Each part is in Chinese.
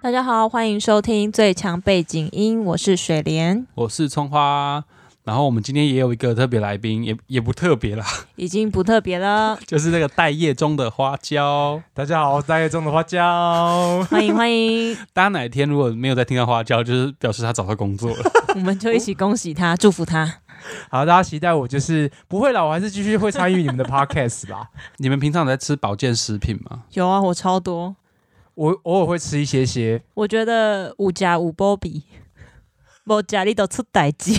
大家好，欢迎收听最强背景音，我是水莲，我是葱花。然后我们今天也有一个特别来宾，也也不特别啦， 已经不特别 了，就是那个待业中的花椒。大家好，我是待业中的花椒。欢迎欢迎，大家哪一天如果没有再听到花椒，就是表示他找到工作了。 我们就一起恭喜他，祝福他。好，大家期待我就是不会啦，我还是继续会参与你们的 podcast 吧。你们平常有在吃保健食品吗？有啊，我超多，我偶尔会吃一些些，我觉得五加五波比，无加你都出代志。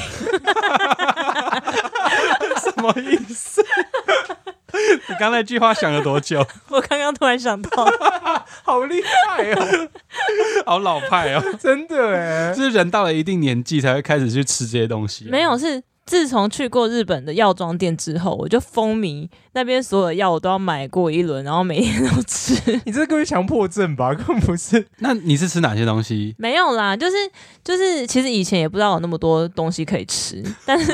什么意思？你 刚那句话想了多久？ 我刚刚突然想到，好厉害哦， 好老 派哦！ 真的哎就。是人到了一定年纪才会开始去吃这些东西、啊没，有是。自从去过日本的药妆店之后，我就风靡那边所有的药，我都要买过一轮，然后每天都吃。你这个是强迫症吧？ 根本不是。那你是吃哪些东西？没有啦，就是就是，其实以前也不知道有那么多东西可以吃，但是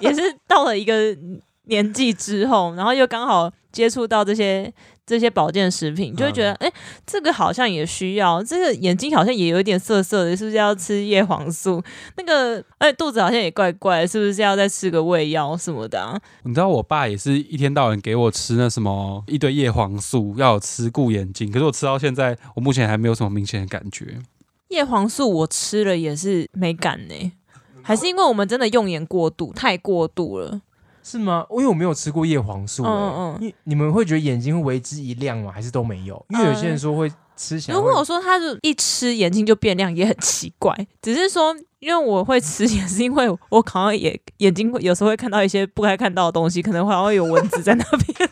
也是到了一个年纪之后，然后又刚好接触到这些这些保健食品，就会觉得哎、诶这个好像也需要，这个眼睛好像也有一点涩涩的，是不是要吃叶黄素？那个哎、肚子好像也怪怪的，是不是要再吃个胃药什么的、啊？你知道我爸也是一天到晚给我吃那什么一堆叶黄素，要有吃顾眼睛。可是我吃到现在，我目前还没有什么明显的感觉。叶黄素我吃了也是没感呢、还是因为我们真的用眼过度，太过度了。是吗？因为我没有吃过叶黄素、欸，嗯嗯嗯你你们会觉得眼睛会为之一亮吗？还是都没有？因为有些人说会吃起嗯来如会，果我说它是一吃眼睛就变亮，也很奇怪。只是说，因为我会吃， 也是因为我好像也眼睛会有时候会看到一些不该看到的东西，可能会好像有蚊子在那 边。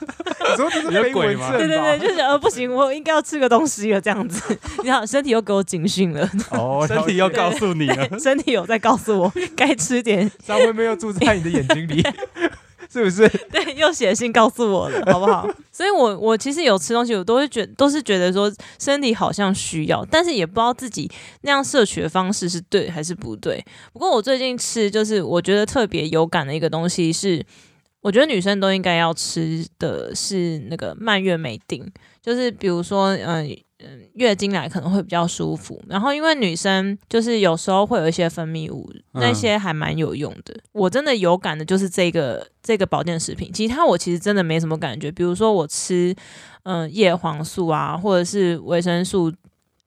你说这是飞蚊症吧？对对对，就是呃不行，我应该要吃个东西了这样子。然后身体又给我警讯了， 哦，身体又高，告诉你 了，身体有在告诉我该吃点，张惠妹又住在你的眼 睛里，是不是？对，又写信告诉我了，好不好？ 所以我我其实有吃东西，我都会觉都是觉得说身体好像需要，但是也不知道自己那样摄取的方式是对还是不对。不过我最近吃就是我觉得特别有感的一个东西是，我觉得女生都应该要吃的是那个蔓越莓锭，就是比如说嗯。嗯，月经来可能会比较舒服，然后因为女生就是有时候会有一些分泌物，嗯那些还蛮有用的。我真的有感的就是这个这个保健食品，其他我其实真的没什么感觉。比如说我吃嗯、呃叶黄素啊，或者是维生素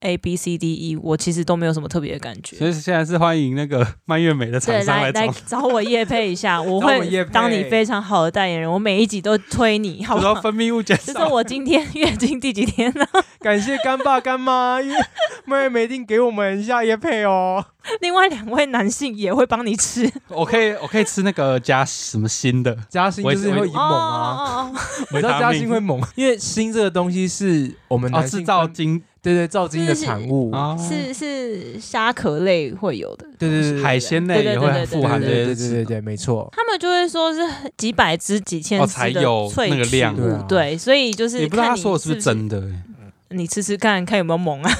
A、B、C、D、E，我其实都没有什么特别的感觉。所以现在是欢迎那个 蔓越莓的厂对，商来来找，找我叶配一下， 我找我会业配当你非常好的代言人，我每一集都推你，好就不说好？分泌物减这少是。我今天 月经第几天了？感谢干爸干妈，因为妹妹一定给我们一下叶配哦。另外两位男性也会帮你吃。我可以，我可以吃那个加什么新的嘉兴就是会我猛啊，哦哦哦 你维知道他嘉兴命会猛，因为锌这个东西是我们哦，男性是皂分精对对皂精的产物，啊，哦，是是虾壳类会有的，对对对对海鲜对类对也对会对富含这对对些对对对脂肪。对，没错。他们就会说是几百只、几千哦只才的有萃那个取量物对啊对，所以就是也不知道看他你说的是是不是真的欸， 你吃吃看看有没有萌啊？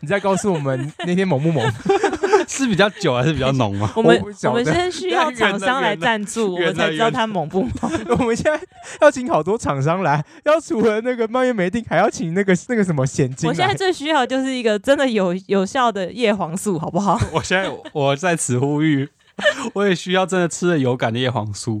你再告诉我 们那天猛不猛？是比较久还是比较浓啊吗？我们我不晓我们得先 需要远了厂商来远了赞助，我 远们了才知道它猛不猛。我们现在要请好多厂商来，要除了那个蔓越莓定，还要请那个那个什么险金我现在来。最需要的就是一个真的有有效的叶黄素，好不好？ 我现在我在此呼吁， 我也需要真的吃了有感的叶黄素，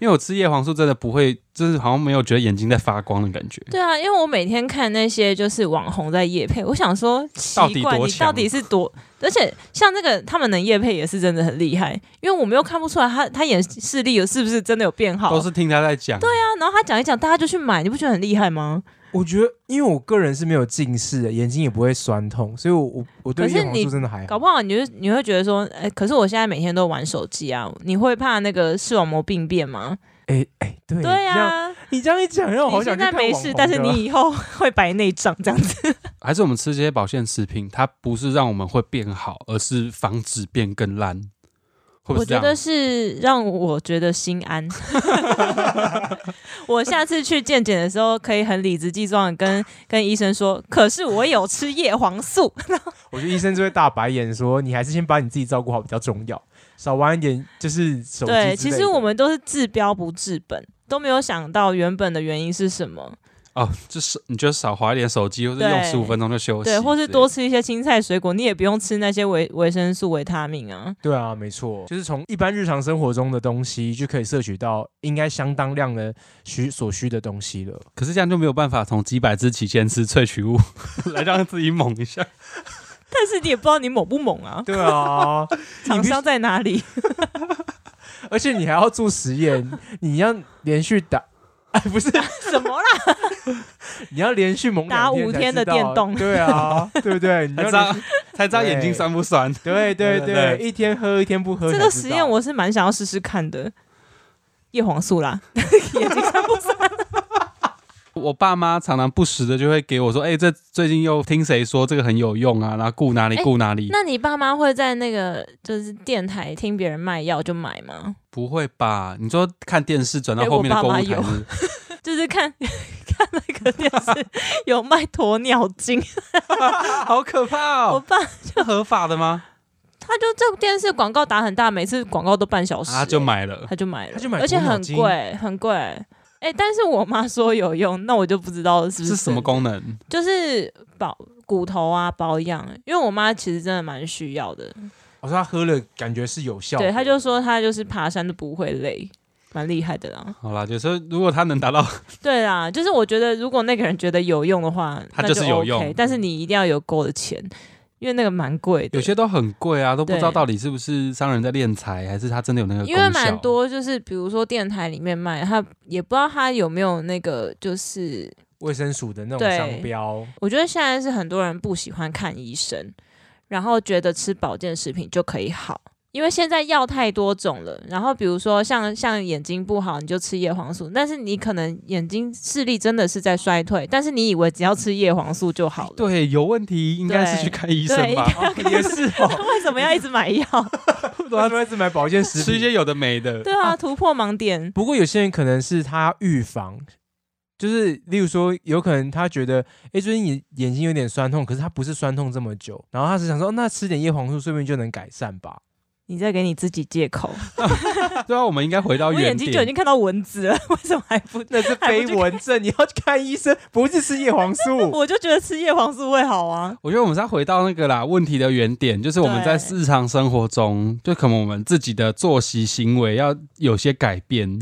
因为我吃叶黄素真的不会，就是好像没有觉得眼睛在发光的感觉。 对啊，因为我每天看那些就是网红在夜配，我想说到奇底怪，多你到强啊底是多？而且像这个他们能夜配也是真的很厉害，因为我们又看不出来他他眼视力有是不是真的有变好。都是听他在讲，对啊，然后他讲一讲，大家就去买，你不觉得很厉害吗？我觉得，因为我个人是没有近视的，眼睛也不会酸痛，所以我我我对可是叶黄你素真的还好搞。不好你就你会觉得说，哎、可是我现在每天都玩手机啊，你会怕那个视网膜病变吗？哎哎，对对，啊，你这样你这样一讲，哦让我好你想现去看在没网事，红但是的你以后会白内障这样子。还是我们吃这些保健食品，它不是让我们会变好，而是防止变更烂，会不 我会是觉这样？得是让我觉得心 安。我下次去健检的时候，可以很理直气壮地跟跟医生说，可是我有吃叶黄素。 我觉得医生就会大白眼说：“你还是先把你自己照顾好比较重要，少玩一点就是手机之类的。”对，其实我们都是治标不治本，都没有想到原本的原因是什么。哦，就是你就少划一点手机，或者用对十五分钟就休息，对，或是之类的多吃一些青菜水果，你也不用吃那些维维生素、维他命啊。对啊，没错，就是从一般日常生活中的东西就可以摄取到应该相当量的需所需的东西 了。可是这样就没有办法从几百只起先吃萃取物 来让自己猛一下。但是你也不知道你猛不猛啊，对啊，厂商在哪里？ 而且你还要做实验，你要连续打， 哎，不是，什么啦？你要连续猛打两五才天的知道电动对啊，对不对？你才要 知连道续才知道眼睛酸不酸。对对对对对，一天喝一天不喝这才知道。个实验我是蛮想要试试看的。叶黄素啦， 眼睛看不酸。我爸妈常常不时的就会给我说：“哎、这最近又听谁说这个很有用啊？然后顾哪里哎顾哪里？” 那你爸妈会在那个就是电台听别人卖药就买吗？ 不会吧？你说看电视转到哎后面的我购爸物妈台有是不是， 就是看看那个电 视有卖鸵鸟精，好可怕我哦！爸这合法的吗？他就这电视广告打很大，每次广告都半小时、啊，就买了。他就买了，他就买而且鸵鸟很精贵，很贵。哎、但是我妈说有用，那我就不知道是不是什么功，功能？就是保骨头啊保养，因为我妈其实真的蛮需要的。我说他喝了，感觉是有效的。对，她就说她就是爬山都不会累，蛮厉害的啦。好啦，就是如果它能达 到，对啦，就是我觉得如果那个人觉得有用的话，它那就就是有用嗯 OK, 但是你一定要有够的钱，因为那个蛮贵的。有些都很贵啊，都不知道对到底是不是商人在敛财，还是他真的有那个因为功效蛮多，就是比如说电台里面卖，他也不知道他有没有那个，就是卫生署的那种对商 标，我觉得现在是很多人不喜欢看医生，然后觉得吃保健食品就可以好，因为现在药太多种了。然后比如说像像眼睛不好，你就吃叶黄素，但是你可能眼睛视力真的是在衰退，但是你以为只要吃叶黄素就好了。对有问题，应该是对去看医生吧？哦也是哦。 为什么要一直买药？ 他们一直买保健食吃一品。些有的没的。对啊，突破盲点。不过有些人可能是他预防，就是例如说，有可能他觉得，哎，最近眼眼睛有点酸痛，可是他不是酸痛这么久，然后他是想说，哦那吃点叶黄素，顺便就能改善吧。你在给你自己借口。对啊，我们应该回到我眼原睛就已点经。看到蚊子了， 为什么还不？那是还飞不去蚊症，你要去看医生，不是吃叶 黄素。我就觉得吃叶黄素会好啊。我觉得我们是要回到那个啦，问题的原点，就是我们在对日常生活中，就可能我们自己的作息行为要有些改变。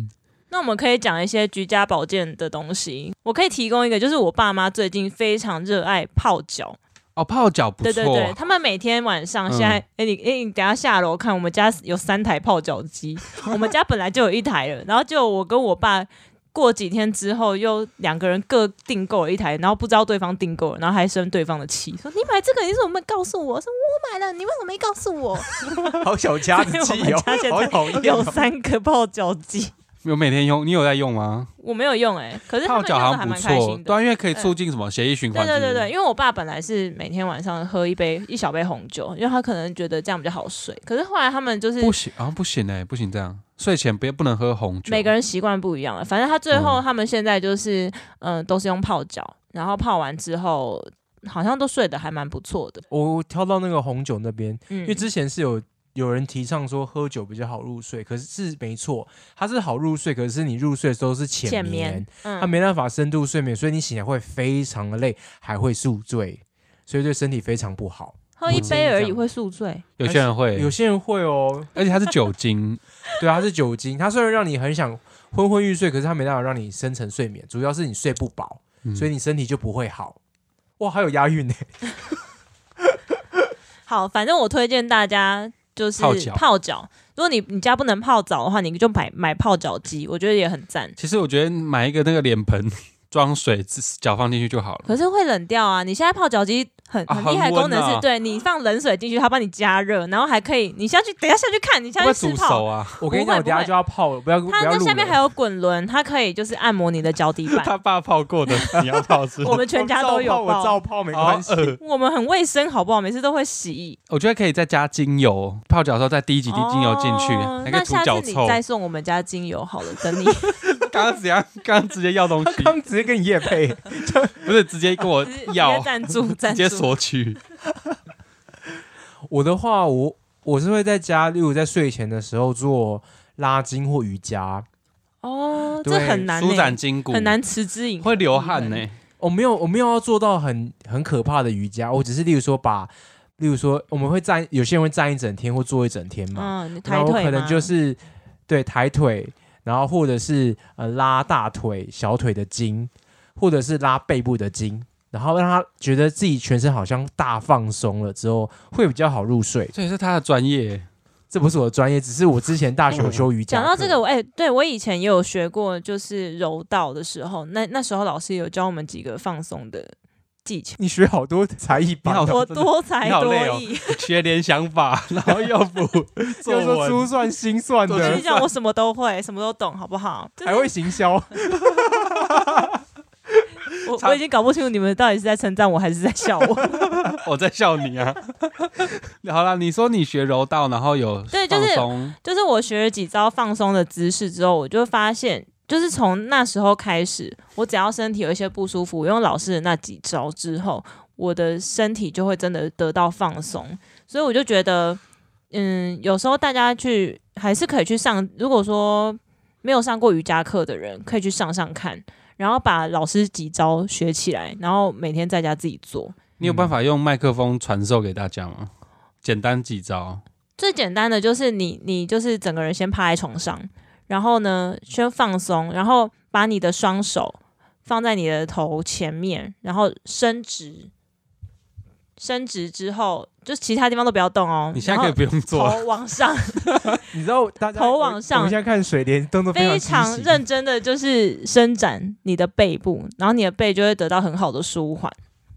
那我们可以讲一些居家保健的东西。我可以提供一个，就是我爸妈最近非常热爱泡脚，哦，泡脚不错对啊，对对，他们每天晚上嗯现在，哎、你哎、你等一下下楼看，我们家有三台泡脚 机，我们家本来就有一台了，然后就我跟我爸。过几天之后，又两个人各订购了一台，然后不知道对方订购了，然后还生对方的气，说你买这个你怎么没告诉我？我说我买了，你为什么没告诉我？好小家子所以我气们 哦家现，好在讨厌 有哦。三个泡脚机，有每天用，你有在用吗？我没有用哎、可是他泡们脚用的好像还不蛮开错，心的对。啊，因为可以促进什么血液循对环。对是不对是对，因为我爸本来是每天晚上喝一杯一小杯红酒，因为他可能觉得这样比较好睡。可是后来他们就是不行啊，不行哎、不行这样，睡前别不能喝红酒。每个人习惯不一样了，反正他最后嗯他们现在就是嗯、呃都是用泡脚，然后泡完之后好像都睡得还蛮不错的。我我挑到那个红酒那边，嗯因为之前是有有人提倡说喝酒比较好入睡，可是是没错，它是好入睡，可是你入睡的时候是浅浅眠眠，，它嗯，没办法深度睡眠，所以你醒来会非常的累，还会宿醉，所以对身体非常不好。喝一嗯杯而已会宿醉。有些人会，有些人会哦，而且它是酒精，对啊，它是酒精，它虽然让你很想昏昏欲睡，可是它没办法让你深层睡眠，主要是你睡不饱，嗯所以你身体就不会好。哇，还有押韵呢！好，反正我推荐大家就是泡脚泡脚。如果你你家不能泡澡的话，你就买买泡脚机，我觉得也很赞。其实我觉得买一个那个脸盆装水，自脚放进去就好了。可是会冷掉啊！你现在泡脚机很啊很厉害的恒功温能是，啊对你放冷水进去，它帮你加热，然后还可以，你下去等一下下去看，你下会不去会试煮泡熟。啊？我跟你不讲，会我等一下不会就要泡了，不要不它要那录下面了还有滚轮，它可以就是按摩你的脚底板。 他爸泡过的，你要泡是不我是？们全家都有我照泡，我照泡，泡没关系好。恶我们很卫生好不好？每次都会洗。我觉得可以再加精油，泡脚的时候再滴几滴精油进去，哦个那除下脚次你臭。再送我们家精油好了， 等你刚刚怎样？刚刚直接要东西，刚直接跟你夜配，不是直接跟我直接直接要，赞助直赞接助。索取。我的话，我我是会在家，例如在睡前的时候做拉筋或瑜伽，哦，啊，这对很难、舒欸，展筋骨，很难持之以恒，会流汗欸呢、我哦没有我没有要做到很很可怕的瑜伽，我只是例如说把，例如说我们会站，有些人会站一整天或坐一整天嘛，嗯，你然抬后我腿可能吗就是对抬腿，然后或者是呃拉大腿、小腿的筋，或者是拉背部的筋，然后让他觉得自己全身好像大放松了之后，会比较好入睡。这也是他的专 业。这不是我的专业，只是我之前大学有修瑜嗯伽讲课。到这个，我哎、对我以前也有学过，就是柔道的时候，那那时候老师有教我们几个放松的技巧。你学好多才艺班你好哦，我真的多才你好多累哦 艺，学联想法，然后又 补作又说文珠，算心算我跟你的，讲，我什么都会，什么都懂，好不好？真的还会行销。我差我已经搞不清楚你们到底是在称赞我还是在笑我。我在笑你啊！ 好啦，你说你学柔道，然后有对就是放松就是我学了几招放松的姿势之后，我就发现，就是从那时候开始，我只要身体有一些不舒服，我用老师的那几招之后，我的身体就会真的得到放松。所以我就觉得，嗯，有时候大家去还是可以去上，如果说没有上过瑜伽课的人，可以去上上看。然后把老师几招学起来，然后每天在家自己做。你有办法用麦克风传授给大家吗？简单几招，最简单的就是你，你就是整个人先趴在床上，然后呢，先放松，然后把你的双手放在你的头前面，然后伸直，伸直之后，就其他地方都不要动哦。你现在可以不用然做后了，头往 上，你知道大家头往上我们现在看水莲动作非常常积极认真的就是伸展你的背部，然后你的背就会得到很好的舒缓。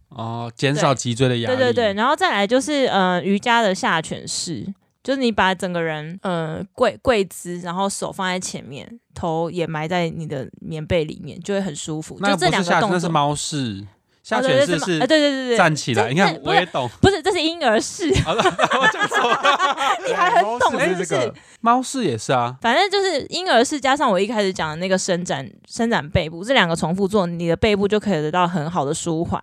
哦，减少脊椎的压对力。对对，，然后再来就是呃瑜伽的下犬式，就是你把整个人呃跪跪姿，然后手放在前面，头也埋在你的棉被里面，就会很舒服。那就不这是两下个那动是作。猫式，下哦对犬这式猫哎是对对对对，站起来。这你看这不我也是懂， 不是，这是婴儿式， 我讲错了，你还很懂哎是不这是个？猫式也是啊。反正就是婴儿式加上我一开始讲的那个伸展伸展背部，这两个重复做，你的背部就可以得到很好的舒缓。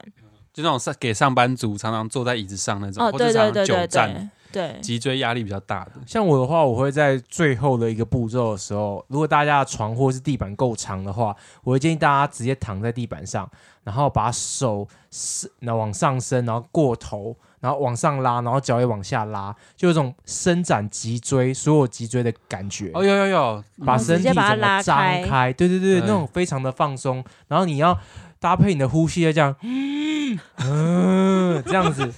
就那种上给上班族常常坐在椅子上那种，哦，或者对常对对常久对站，对对，脊椎压力比较大的。像我的话，我会在最后的一个步骤的时候，如果大家的床或是地板够长的话，我会建议大家直接躺在地板上，然后把手伸，那往上伸，然后过头，然后往上拉，然后脚也往下拉，就有一种伸展脊椎所有脊椎的感觉。哦，有有有，把嗯直身体接整把它个拉张开开，对对对，对那种非常的放松。然后你要搭配你的呼吸，要 这样，嗯，这样子，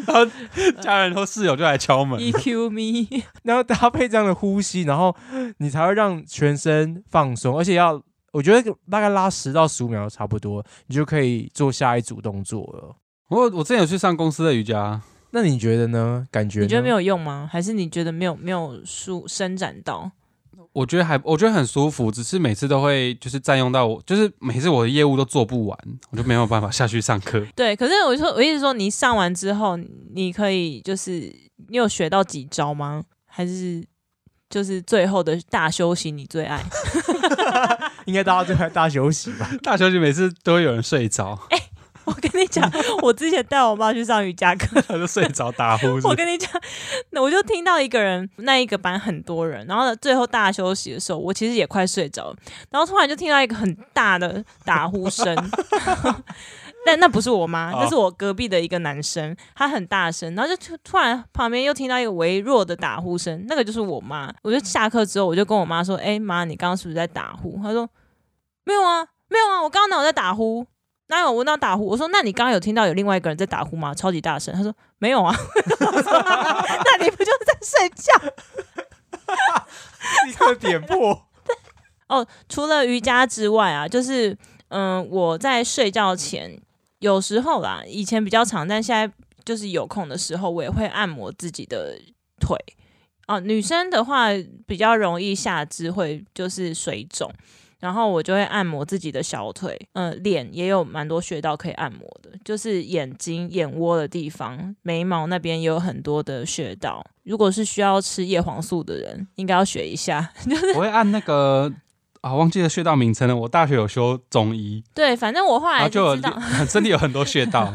家人或室友就来敲门。 EQ E me，然后搭配这样的呼吸，然后你才会让全身放松，而且要我觉得大概拉十到十五秒差不多，你就可以做下一组动作了。我我之前有去上公司的瑜伽，那你觉得呢？感觉你觉得没有？有用吗？还是你觉得没有没有舒伸展到？我觉得还我觉得很舒服，只是每次都会就是占用到我，就是每次我的业务都做不完，我就没有办法下去上课。 对，可是我说我意思说，你上完之后，你可以就是你有学到几招吗？还是就是最后的大休息你最爱？ 应该大家都在大休息 吧？大小姐每次都会有人睡着， 我跟你讲，我之前带我妈去上瑜伽课，她就睡着打呼是 不我是。跟你讲，那我就听到一个人那一个班很多人，然后最后大休息的时候，我其实也快睡着了，然后突然就听到一个很大的打呼声， 但那不是我妈，哦那是我隔壁的一个男生，他很大声，然后就突突然旁边又听到一个微弱的打呼声，那个就是我妈。我就下课之后，我就跟我妈说：“哎、妈，你刚刚是不是在打呼？”她说：“没有啊，没有啊，我刚刚哪有在打呼。”哪有闻到打呼？我说，那你刚刚有听到有另外一个人在打呼吗？超级大声。他说没有啊。我说 那你不就是在睡觉？立刻点破。哦， 除了瑜伽之外啊，就是嗯，我在睡觉前有时候啦，以前比较长，但现在就是有空的时候，我也会按摩自己的腿。哦，女生的话比较容易下肢会就是水肿，然后我就会按摩自己的小腿，嗯、脸也有蛮多穴道可以按摩的，就是眼睛、眼窝的地方，眉毛那边也有很多的穴道。如果是需要吃叶黄素的人，应该要学一下。我会按那个啊，忘记了穴道名称了。我大学有修中医，对，反正我后然后来就就有啊知 道，真的有很多穴道，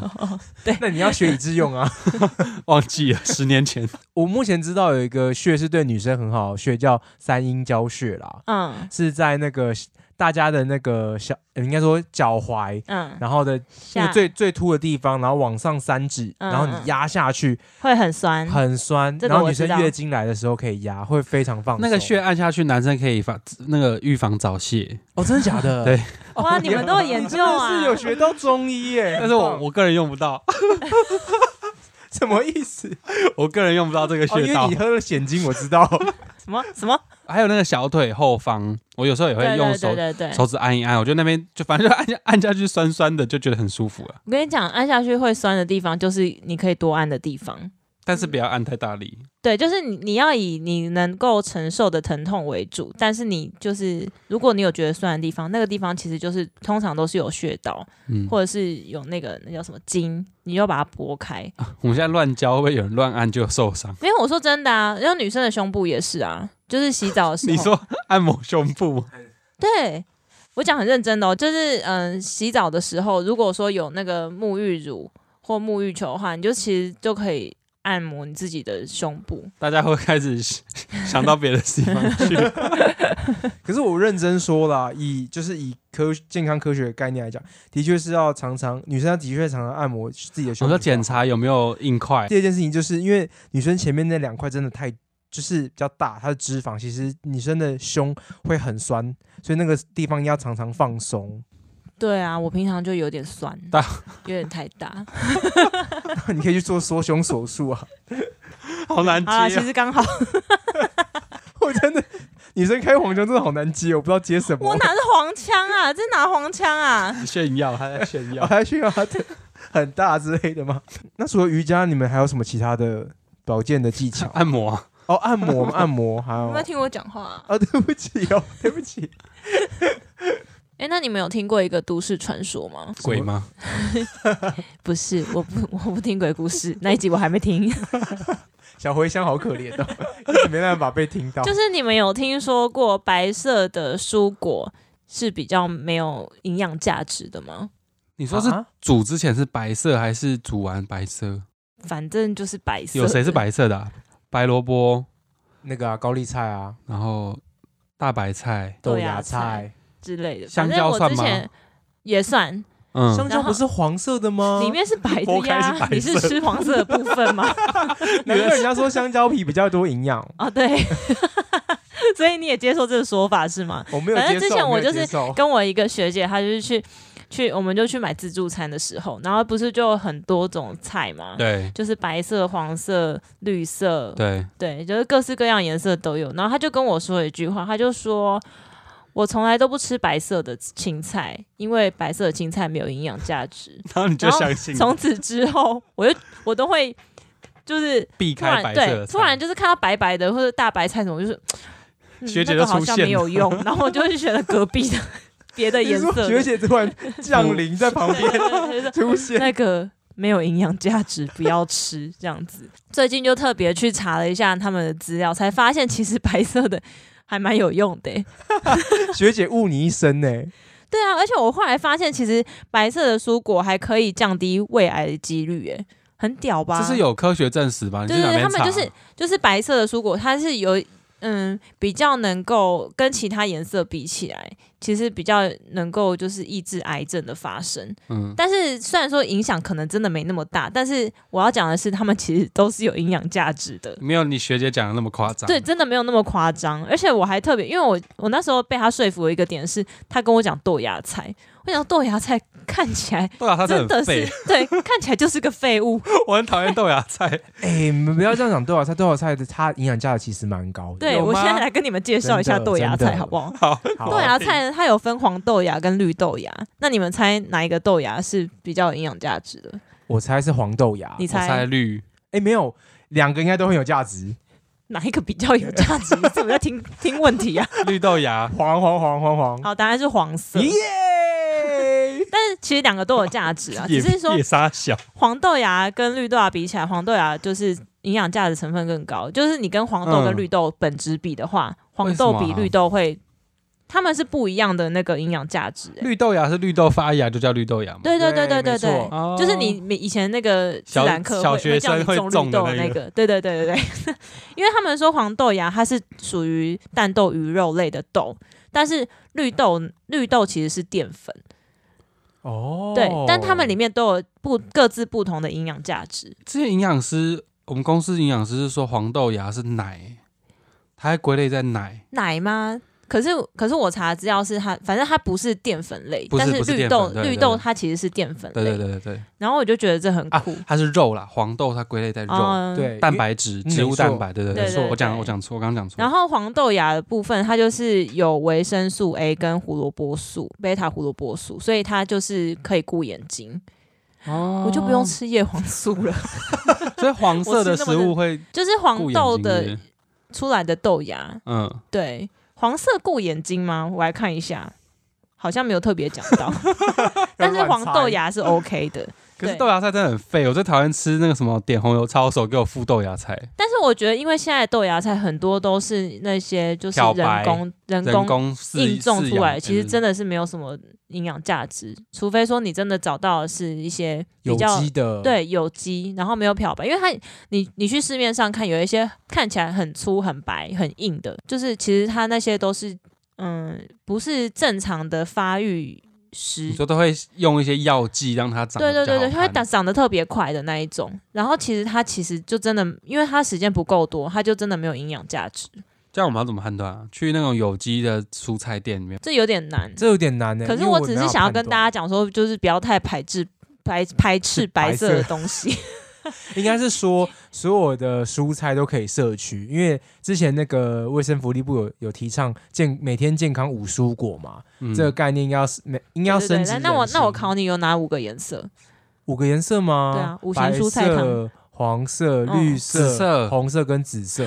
那你要学以致用啊。 忘记了十年前。我目前知道有一个穴是对女生很好的穴，叫三阴交穴啦， 嗯是在那个大家的那个小，呃应该说脚踝，嗯，然后的那下个最最凸的地方，然后往上三指，嗯然后你压下去会很酸，很酸，这个然后我女知生道月经来的时候可以压，会非常放松。那个穴按下去，男生可以防那个预防早泄，哦，真的假 的？对哦，哇你们都有研究啊 真的是有学到中医耶。但是我我个人用不到， 什么意思？我个人用不到这个哦，穴因道为你。喝了险金，我知道。 什么什么，还有那个小腿后方，我有时候也会对用对手对对对，手指按一按，我觉得那边就反正就按下按下去酸酸的，就觉得很舒服了。我跟你讲，按下去会酸的地方就是你可以多按的地方。但是不要按太大力，对，就是你你要以你能够承受的疼痛为主，但是你就是如果你有觉得酸的地方，那个地方其实就是通常都是有穴道，嗯，或者是有那个那叫什么筋，你要把它拨开。啊我们现在乱教，会不会有人乱按就受伤？没有，我说真的啊，然后女生的胸部也是啊，就是哦洗澡的时候， 你说按摩胸部，对。我讲很认真的哦，就是嗯，洗澡的时候，如果说有那个沐浴乳或沐浴球的话，你就其实就可以按摩你自己的胸部。大家会开始想到别的地方 去。可是我认真说啦，以就是以科健康科学的概念来讲，的确是要常常女生的确常常按摩自己的胸我部。说检查有没有硬 块，第二件事情，就是因为女生前面那两块真的太就是比较大，它的脂肪其实女生的胸会很酸，所以那个地方要常常放松。 对啊，我平常就有点酸，大有点太大。你可以去做缩胸手术啊！好难好啦，啊接其哦。实刚好，我真的女生开黄腔真的好难接，我不知道接什么。我哪是黄腔啊？这哪黄腔啊？炫耀，他在炫 我耀。还需要它的很大之类的吗？ 那除了瑜伽，你们还有什么其他的保健的技巧？按摩啊，哦，按摩，按摩，还有有没有听我讲话、啊？啊，对不起哦，对不起，哎、那你们有听过一个都市传说吗？鬼吗？不是，我不，我不听鬼故事那一集我还没听。小茴香好可怜哦， 一直没办法被听到。就是你们有听说过白色的蔬果是比较没有营养价值的吗？你说是啊煮之前是白色，还是煮完白色？反正就是白色的。有谁是白色的啊？白萝卜，那个啊，高丽菜啊，然后大白菜，豆豆芽芽菜菜，之类的？香反蕉正我之算吗前也算，嗯，香蕉不是黄色的吗？里面是白 的剥嗯开是呀白。你是色吃黄色的部分 吗？难怪人家说香蕉皮比较多营养，啊，对， 所以你也接受这个说法是吗？我没有反正接之受。前我没有就是接受跟我一个学姐，她就是去去，我们就去买自助餐的时候，然后不是就有很多种菜嘛，嗯对就是白色、黄色、绿色，对，对，就是各式各样颜色都有。然后她就跟我说一句话，她就说。我从来都不吃白色的青菜，因为白色的青菜没有营养价值。然后你就然后相信，从此之后，我就我都会就是避突开然白色对，的菜。突然就是看到白白的或者大白菜什么，我就是、嗯、学姐那个就好出像现没有用，然后我就会选了隔壁的别的你颜说色的。嗯学姐突然降临在旁对边对对对对出现， 那个没有营养价值，不要吃这样子。 最近就特别去查了一下他们的资料，才发现其实白色的还蛮有用的欸、 学姐误你一生呢、对啊，而且我后来发现，其实白色的蔬果还可以降低胃癌的几率、欸，很屌吧？这是有科学证实吧？你对去哪对对，他边们查就是就是白色的蔬果，它是有嗯比较能够跟其他颜色比起来，其实比较能够就是抑制癌症的发生。嗯，但是虽然说影响可能真的没那么大，但是我要讲的是，他们其实都是有营养价值的。没有你学姐讲的那么夸张。对，，真的没有那么夸张，而且我还特别，因为我我那时候被他说服的一个点是，他跟我讲豆芽菜，我想豆芽菜看起来豆芽菜真真的的很是废， 对，看起来就是个废 物，我很讨厌豆芽菜。哎、你们不要这样讲豆芽菜，豆芽菜的它营养价值其实蛮高的。对有我现在吗来跟你们介绍一下真的豆芽真的菜好不好？好，好豆芽菜呢，它有分黄豆芽跟绿豆芽，那你们猜哪一个豆芽是比较有营养价值的？我猜是黄豆芽。你哎、我猜猜绿，没有，两个应该都很有价值。哪一个比较有价值？ 你怎么在听听问题 啊？绿豆芽。黄黄黄黄黄，好，嗯答案是黄色。耶！但是其实两个都有价值啊，只 也是说也沙小，黄豆芽跟绿豆芽比起来，黄豆芽就是营养价值成分更高。就是你跟黄豆跟嗯绿豆本质比的话，为黄什豆么比啊绿豆会他们是不一样的那个营养价值、欸。绿豆芽是绿豆发芽就叫绿豆芽嘛？哦对对对对对对没对错，就是你你以前那个自小然课小会学会叫生你会种种绿的豆那那个个，对对对对对， 因为他们说黄豆芽它是属于蛋豆鱼肉类的豆，但是绿豆绿豆其实是淀粉，哦对，但它们里面都有不各自不同的营养价值。之前营养师，我们公司营养师是说黄豆芽是奶，它还归类在奶，奶吗？可是可是我查资料是它，反正它不是淀粉类，不是但不是绿淀豆粉对绿对豆对它其实是淀粉类。对对对对对，然后我就觉得这很啊酷。它是肉啦，黄豆它归类在肉，嗯，对蛋。白质，嗯植没物错蛋白，对对对对我讲对我讲错，我刚刚讲错。然后黄豆芽的部分，它就是有维生素 A 跟胡萝卜素、贝塔胡萝卜素，所以它就是可以顾眼睛，哦我就不用，吃叶黄素 了。所以黄色的我吃那么食物会就是黄顾眼豆睛是的不是出来的豆芽，嗯，对，黄色顾眼睛吗？我来看一下，好像没有特别讲 到，但是黄豆芽是 OK 的。可是对豆芽菜真的很废，我最讨厌吃那个什么点红油抄手给我附豆芽菜，但是我觉得，因为现在的豆芽菜很多都是那些就是漂人白工人人工工饲硬种出来，其实真的的是没有什么营养价值，除非说你真的找到的是一些比有较机的，，对有机，然后没有漂白，因为它你你去市面上看，有一些看起来很粗、很白、很硬的，就是其实它那些都是嗯不是正常的发育时你说都会用一些药剂让它长对得对比较对好看，对，它会长长得特别快的那一种。然后其实它其实就真的，因为它时间不够多，它就真的没有营养价值，这样我们要怎么判断啊？去那种有机的蔬菜店里面，这有点难。这有点难呢。可是因为我只是想要跟大家，家讲说，就是不要太排斥。排排斥白色的东西， 应该是说所有的蔬菜都可以摄取，因为之前那个卫生福利部有有提倡健每天健康五蔬果嘛，嗯这个概念应该要是每应该要对对升对级那人性。那我那我考你，有哪五个颜色？五个颜色吗？对啊五行白蔬菜汤色、黄色、嗯绿色、紫色红色跟紫色，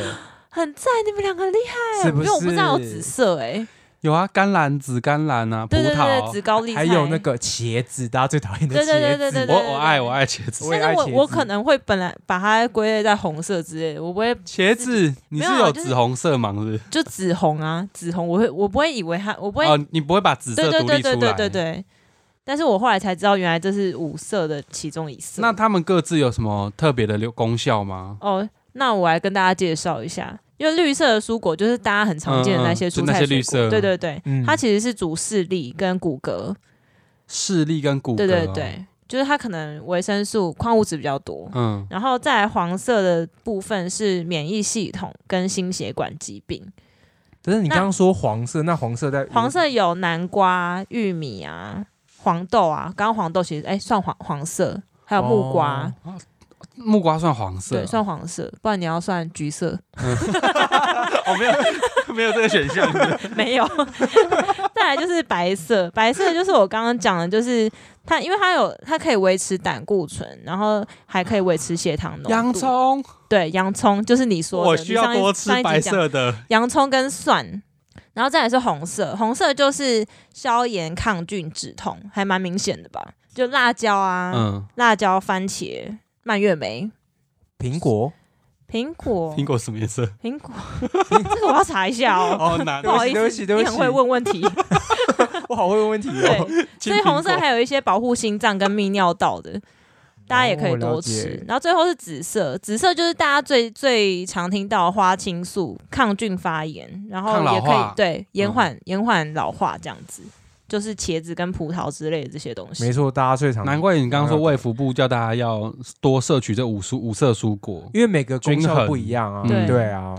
很赞，你们两个很厉害，是不哎因是？为我不知道有紫色哎、有啊，甘蓝、紫甘蓝啊，葡对对对，对萄，紫高丽菜，还有那个茄子，大家最讨厌的茄对子。对对对对对，我我爱我爱茄子，我也但爱是我茄我子可能会本来把它归类在红色之类的，我不会茄子你没是有啊有就是紫红色盲是就紫红啊，紫红，我会我不会以为它，我不不会，是？哦，你不会把紫对色对独立对出来对？对对对。但是我后来才知道，原来这是五色的其中一色。那它们各自有什么特别的流功效吗？哦，那我来跟大家介绍一下，因为绿色的蔬果就是大家很常见的那些嗯嗯就蔬那菜些水绿果，色对对对，嗯它其实是主视力跟骨啊骼，视力跟骨骼，啊对对，对，就是它可能维生素、矿物质比较多。嗯，然后再来黄色的部分是免疫系统跟心血管疾病，但是你那刚刚说黄色，那黄色在嗯黄色有南瓜、玉米啊、黄豆啊，刚刚黄豆其实哎算黄黄色，还有木瓜，哦木瓜算黄色啊，对，算黄色，不然你要算橘色，哦，没有 没有这个选项， 没有。再来就是白色，白色就是我刚刚讲的，就是它，因为它有它可以维持胆固醇，然后还可以维持血糖浓度。洋，葱，对，洋葱就是你说的，我你需要上一多吃上一集白讲色的，洋葱跟蒜，然后再来是红色，红色就是消炎、抗菌、止痛，还蛮明显的吧？就辣椒啊，嗯，辣椒、番茄、蔓越莓、苹果， 苹果、苹果什么颜色？苹果， 这个我要查一下哦。哦，难不好意对不思，起对不你起很会问问 题。我好会问问题哦。对，所以红色还有一些保护心脏跟泌尿道的，大家也可以多哦了吃解。然后最后是紫色，紫色就是大家最最常听到的花青素，抗菌发炎，然后抗老也可化以嗯对延缓、延缓老化这样子，就是茄子跟葡萄之类的这些东没西。错，大家最常难，怪你刚刚说卫福部叫大家要多摄取这五蔬五色蔬果，因为每个功均效衡嗯不一样啊。对对啊，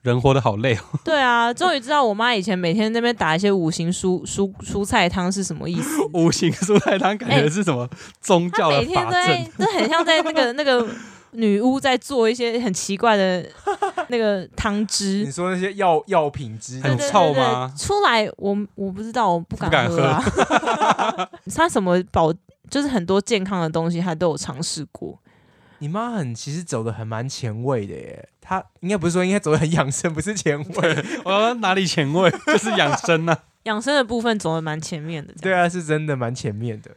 人活得好累哦。对啊，终于知道我妈以前每天那边打一些五行蔬蔬蔬菜汤是什么意 思。 五行蔬菜汤感觉是什么宗她教每的哎天法都阵在？，这很像在那个那个女巫在做一些很奇怪的那个汤汁。你说那些药药品之很对对臭对对吗出来我我不知道，我不敢不敢喝啊。 他什么保就是很多健康的东西，他都有尝试过。你妈很其实走的很蛮前卫的耶。她应该不是说应该走的很养生，不是 前卫。我要哪里前卫？ 就是养生啊呐、养生的部分走的蛮前面的，对。啊，是真的蛮前面的。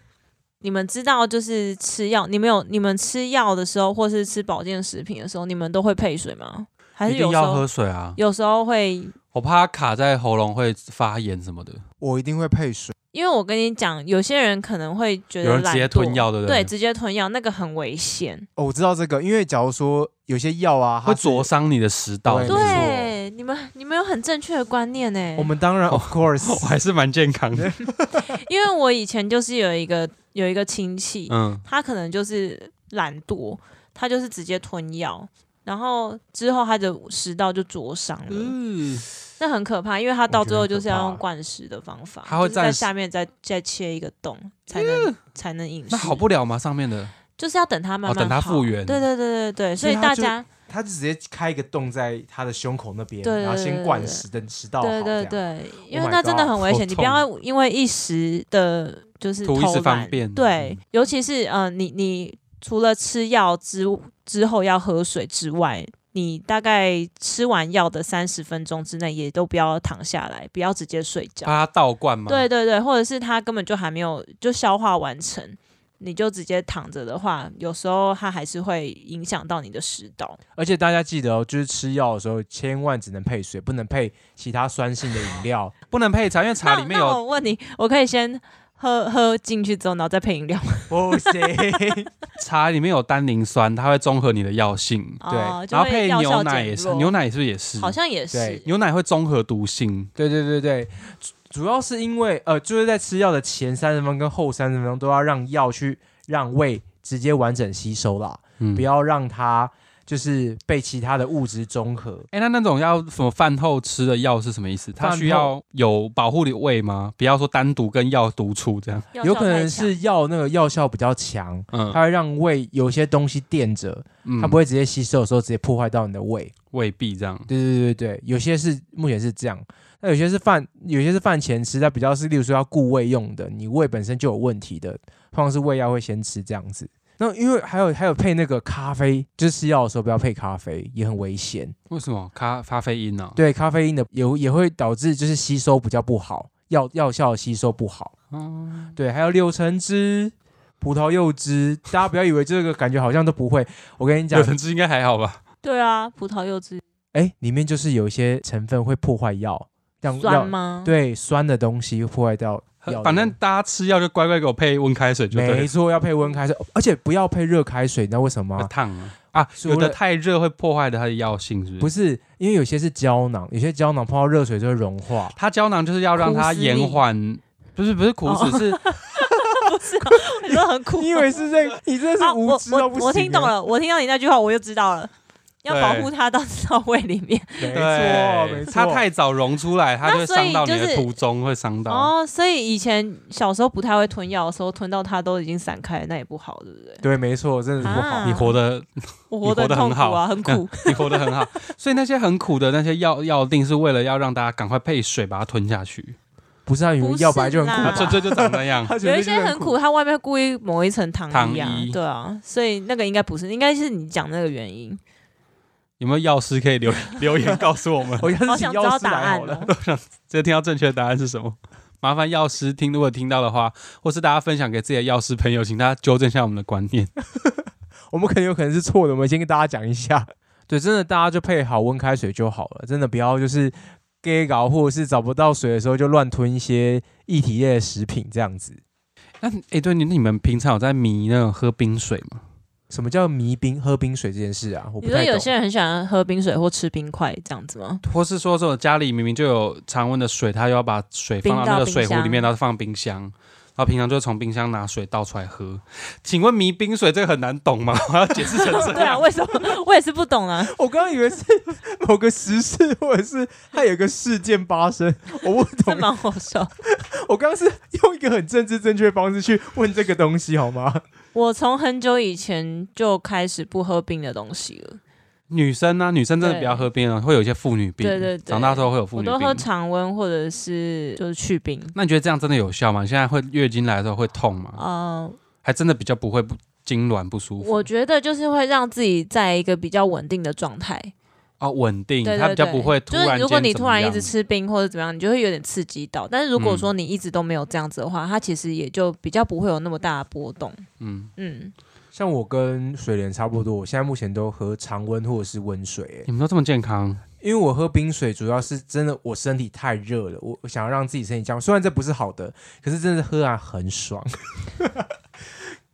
你们知道，就是吃药，你们有你们吃药的时候，或 是吃保健食品的时候，你们都会配水吗？还一是定有时要候喝水啊！有时候会我怕它卡在喉咙会发炎什么的。我一定会配水。因为我跟你讲，有些人可能会觉得有人直接懒惰吞药对不对对，直接吞药那个很危险。哦，我知道这个，因为假如说有些药啊，它会是灼。伤你的食道。对没错对，你们你们有很正确的观念欸呢。我们当然 of 哦 我 course，还是蛮健康的。因为我以前就是有一个有一个亲戚，嗯，他可能就是懒惰，他就是直接吞药，然后之后他的食道就灼伤了，嗯嗯那很可怕，因为他到最后就是要用灌食的方法，他会就是在暂时嗯下面再再切一个洞才能才能饮食，那好不了吗？上面的就是要等他慢慢哦等它好复原对对对对对，所所以以他大就家他就直接开一个洞在他的胸口那边，对对然后先对灌对食，等食道好对对这样对，因 Oh 为 my 那真的 God，很危险，好你不要因为一时的就是图一偷时方懒便对嗯，尤其是呃，你你除了吃药之之后要喝水之外，你大概吃完药的三十分钟之内也都不要躺下来，不要直接睡觉。把它倒灌吗？对，对对，或者是他根本就还没有就消化完成。你就直接躺着的话，有时候它还是会影响到你的食道。而且大家记得哦，就是吃药的时候千万只能配水，不能配其他酸性的饮 料。不能配茶，因为茶里那面那有我问你，我可以先喝喝进去之后，然后再配饮料吗不哦行，茶里面有单磷酸，它会中和你的药性。哦对就然后会配药牛效奶减也是，弱牛奶是不是也是？好像也是对，牛奶会中和毒性。对对对对，主主要是因为呃，就是在吃药的前三十分钟跟后三十分钟都要让药去让胃直接完整吸收啦，嗯不。要让它就是被其他的物质中和。哎、那那种要什么饭后吃的药是什么意思？它饭需要有保护你胃吗？不要说单独跟药独处这样。药有效可太强能是药那个药效比较强，嗯，它会让胃有些东西垫着，它嗯不会会直接吸收的时候直接破坏到你的胃。嗯未必这样。对对对对，有些是目前是这样，那有些是饭，有些是饭前吃，它比较是，例如说要固胃用的，你胃本身就有问题的，通常是胃药会先吃这样子。那因为还有还有配那个咖啡，就是吃药的时候不要配咖啡，也很危险。为什么咖咖啡因呢、啊？对，咖啡因的也会也会导致就是吸收比较不好，药药效吸收不好。嗯，对，还有柳橙汁、葡萄柚汁，大家不要以为这个感觉好像都不会，我跟你讲柳，橙汁应该还好吧？对啊，葡萄柚汁哎，里面就是有一些成分会破坏药，让酸让吗？ 对酸的东西破坏掉药的。反正大家吃药就乖乖给我配温开水就对没了，错，要配温开水，哦而且不要配热开水，你知道为什么会吗？烫啊啊！除了有的太热会破坏的它的药性，是不不是？是，因为有些是胶囊，有些胶囊碰到热水就会 融化。它胶囊就是要让它苦死你延缓，不是不是苦死，是不是啊，你说很苦。你以 为是这？你真的啊是无我知我到不行、啊我听懂，了，我听到你那句话，我就知道了，要保对护它到 到胃里面。 没错，对没错，它太早溶出来，它就会那所以伤到你就的是途中，会伤到。哦，所以以前小时候不太会吞药的时候，吞到它都已经散开了，那也不好，对不对？对，没错，真的是不好。啊你活得我活活得得很很痛苦啊，好很苦。 你活得很好。所以那些很苦的那些药药定是为了要让大家赶快配水把它吞下 去，不是啊，你不们是药本来就很苦啦那 吧，这这就长那样。它绝有一对些就是很苦，，它外面故意抹一层糖衣啊糖衣，对啊，所以那个应该不是，应该是你讲那个原因。有没有药师可以留留言告诉 我们？ 我要好是想请知道药师答来案好了。哦。这听到正确的答案是什么？麻烦药师听，如果听到的话，或是大家分享给自己的药师朋友，请他纠正一下我们的观念。我们可能有可能是错的，我们先跟大家讲一下。 对，真的大家就配好温开水就好了，真的不要就是给搞或者是找不到水的时候就乱吞一些液体类的食品这样子。那哎、诶对你你们平常有在迷那种喝冰水吗？什么叫迷冰喝冰水这件事啊？我你不说太懂。有些人很喜欢喝冰水或吃冰块这样子吗？ 或是说这种家里明明就有常温的水，他又要把水放到那个水壶里冰面，到冰箱然后放冰箱，然后平常就从冰箱拿水倒出来喝。请问迷冰水这个很难懂吗？ 我要解释成 这 对啊，样。为什么？我也是不懂 啊。我刚刚以为 是某个时事，或者是它有个事件发生， 我不这懂。蛮好笑。我刚刚是用一个很政治正确的方式去问这个东西，好吗？我从很久以前就开始不喝冰的东西了，女生啊，女生真的不要喝冰啊，会有一些妇女病。对对对长大之后会有妇我女都喝病。常温或者是就是去冰。那你觉得这样真的有效吗？你现在会月经来的时候会痛吗？呃，还真的比较不会不痉挛不舒服？我觉得就是会让自己在一个比较稳定的状态，哦，稳定，对它对比较对，不会突就然是间如果你怎突么然一样直吃冰或者怎么样，你就会有点刺激到。但是如果嗯说你一直都没有这样子的话，它其实也就比较不会有那么大的波动。嗯， 嗯， 像我跟水莲差不多，我现在目前都喝常温或者是温水、欸。你们都这么健康，哎、因为我喝冰水主要是真的我身体太热了，我我想要让自己身体降温，虽然这不是好的，可是真的喝啊很爽。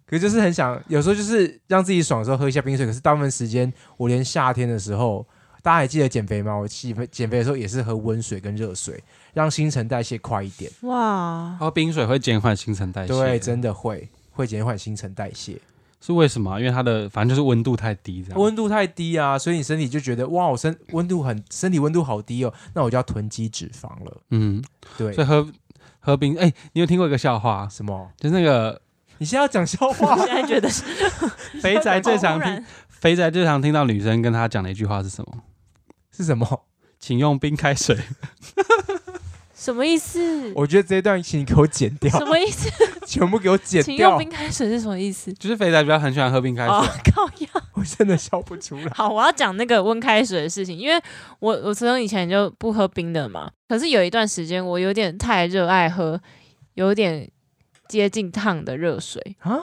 可是就是很想，有时候就是让自己爽的时候喝一下冰水。可是大部分时间，我连夏天的时候，大家还记得减肥吗？我减肥减肥的时候也是喝温水跟热水，让新陈代谢快一点。 哇，喝冰水会减缓新陈代谢，对，真的会会减缓新陈代谢。是为什么啊？因为它的反正就是温度太低，这样温度太低啊，所以你身体就觉得哇，我身温度很身体温度好低哦，那我就要囤积脂肪了。嗯，对所，以喝喝冰，哎、你有听过一个笑话？什么？就是那个你现在要讲笑 话我？现在觉得是 肥宅最好常突然听，肥宅最常听到女生跟他讲的一句话是什么？是什么？请用冰开水。什么意思？我觉得这一段请你给我剪掉，什么意思？全部给我剪请用掉，冰开水是什么意思？ 就是肥宅比较很喜欢喝冰开水，哦， 靠呀！ 我真的笑不出来。好，我要讲那个温开水的事情，因为我我从以前就不喝冰的嘛，可是有一段时间我有点太热爱喝，有点接近烫的热水啊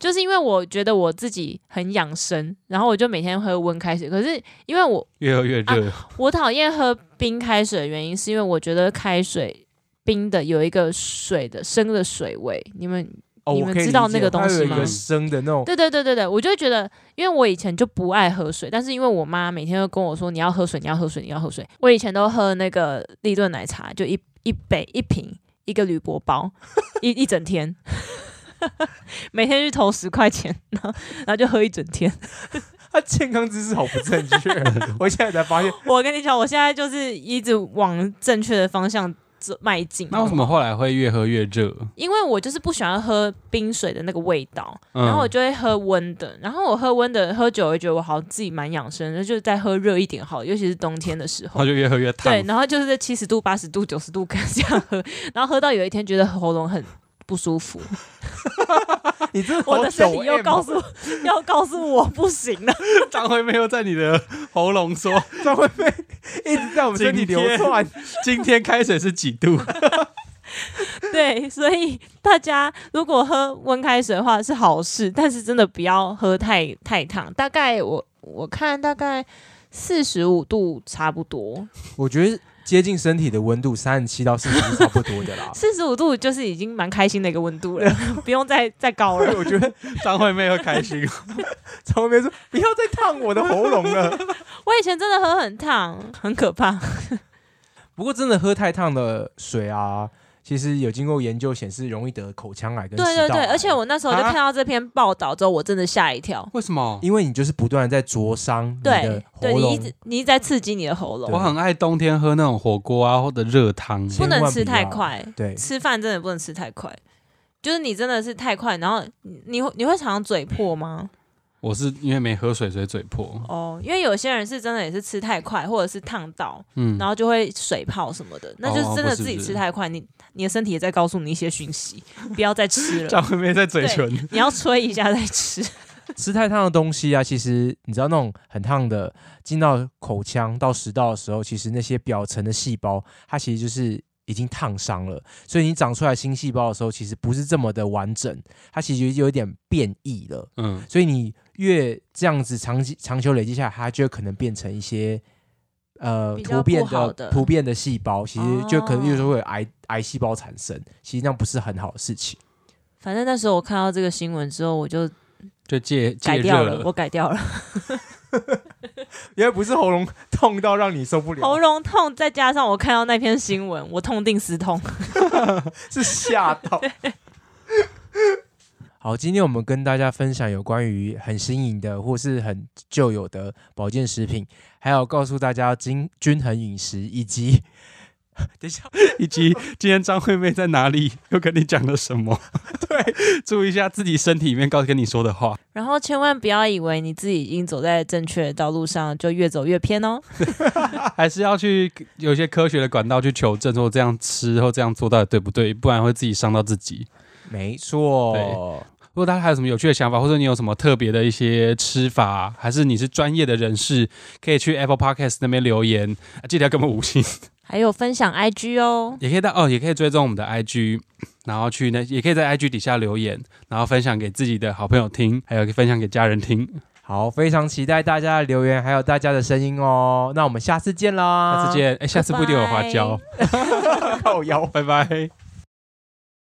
就是因为我觉得我自己很养生，然后我就每天喝温开水。可是因为我越喝越热。我讨厌喝冰开水的原因，是因为我觉得开水冰的有一个水的生的水味。你们哦，你我们可以知道理解那个东它有西一吗个生的那哦种，对对对对对，我就会觉得，因为我以前就不爱喝水，但是因为我妈每天都跟我说你要喝水，你要喝水，你要喝水。我以前都喝那个立顿奶茶，就一一杯一瓶一个铝箔包，一一整天， 每天去投十块钱，然后然后就喝一整天。它健康知识好不正 确。我现在才发现，我跟你讲，我现在就是一直往正确的方向走迈进。那为什么后来会越喝越热？因为我就是不喜欢喝冰水的那个味道，嗯然后我就会喝温的。然后我喝温的，喝久了觉得我好像自己蛮养生的，就是再喝热一点好，尤其是冬天的时然后候。就越喝越烫对，。然后就是在七十度、八十度、九十度跟这样喝，然后喝到有一天觉得喉咙很不舒服，你真的我的身体又告高，诉 要告诉我不行了。张惠妹又在你的喉咙 说张惠妹一直在我们身体流窜。：“今天开水是几度对，所以大家如果喝温开水的话是好事，但是真的不要喝太太烫。大概我我看大概四十五度差不多，。我觉得接近身体的温度三十七到四十是差不多的啦 四十五度就是已经蛮开心的一个温度了， 不用再再高了。 我觉得？”张惠妹会开 心。张惠妹说：“不要再烫我的喉咙了。” 我以前真的喝很烫，很可怕。不过真的喝太烫的水啊，其实有经过研究显示容易得口腔癌跟对对食道对，癌而且我那时候就啊看到这篇报道之后，我真的吓一跳。为什么？因为你就是不断的在灼伤你的对喉对，你一咙，直你一直在刺激你的喉我咙，很爱冬天喝那种火锅啊，或者热汤。不千能万吃不太要快。对吃饭真的不能吃太快，就是你真的是太快，然后你你会你会常常嘴破吗？嗯我是因为没喝水，所以嘴破。哦，因为有些人是真的也是吃太快，或者是烫到，嗯然，后就会水泡什么的，那哦就是真不的是自己不是吃太快，你你的身体也在告诉你一些讯息，不要再吃了，张惠妹在嘴唇。你要吹一下再吃。吃太烫的东西啊，其实你知道那种很烫的进到口腔到食道的时候，其实那些表层的细胞，它其实就是。已经烫伤了，所以你长出来新细胞的时候，其实不是这么的完整，它其实有一点变异了。嗯，所以你越这样子长期长久累积下来，它就可能变成一些呃比较突变不好的的突变的细胞，其实就可能有时候哦会有癌癌细胞产生，其实那样不是很好的事情。反正那时候我看到这个新闻之后，我就就戒戒改掉热了，我改掉 了，因为不是喉咙痛到让你受不喉，咙痛，再加上我看到那篇新闻，我痛定思痛。是吓 到。 好，今天我们跟大家分享有关于很新颖的或是很旧有的保健食品，还有告诉大家均均衡饮食以及等一下以及今天张惠妹在哪里，又跟你讲了 什么？对，注意一下自己身体里面告跟你说的话。然后千万不要以为你自己已经走在正确的道路上，就越走越偏哦。还是要去有一些科学的管道去求证，说这样吃或这样做到底对不对，不然会自己伤到自己。没错对。如果大家还有什么有趣的想法，或者你有什么特别的一些吃法，还是你是专业的人士，可以去 Apple Podcast 那边留言，啊记得要给我们五星，还有分享 IG 哦，也可以到哦，也可以追踪我们的 IG，然后去那也可以在 IG 底下留言，然后分享给自己的好朋友听，还有分享给家人听。好，非常期待大家的留言，还有大家的声音哦。那我们下次见啦，下次见，哎，下次不一定有花椒， 靠腰。拜拜。